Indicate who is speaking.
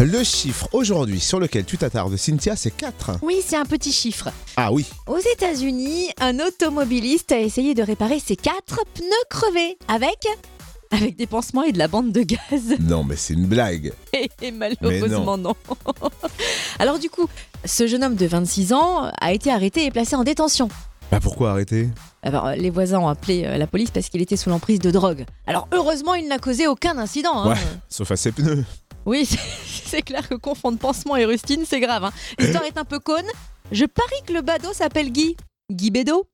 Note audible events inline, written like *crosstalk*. Speaker 1: Le chiffre aujourd'hui sur lequel tu t'attardes, Cynthia, c'est 4.
Speaker 2: Oui, c'est un petit chiffre.
Speaker 1: Ah oui,
Speaker 2: Aux États-Unis, un automobiliste a essayé de réparer ses quatre pneus crevés avec avec des pansements et de la bande de gaz.
Speaker 1: non mais c'est une blague.
Speaker 2: *laughs* Et, malheureusement non. *laughs* Alors du coup, ce jeune homme de 26 ans a été arrêté et placé en détention.
Speaker 1: Bah pourquoi arrêter
Speaker 2: Alors, euh, les voisins ont appelé euh, la police parce qu'il était sous l'emprise de drogue. Alors heureusement, il n'a causé aucun incident. hein.
Speaker 1: Ouais. Sauf à ses pneus.
Speaker 2: Oui, *laughs* c'est- c'est clair que confondre pansement et rustine, c'est grave. hein. L'histoire est un peu conne. Je parie que le badaud s'appelle Guy. Guy Bédo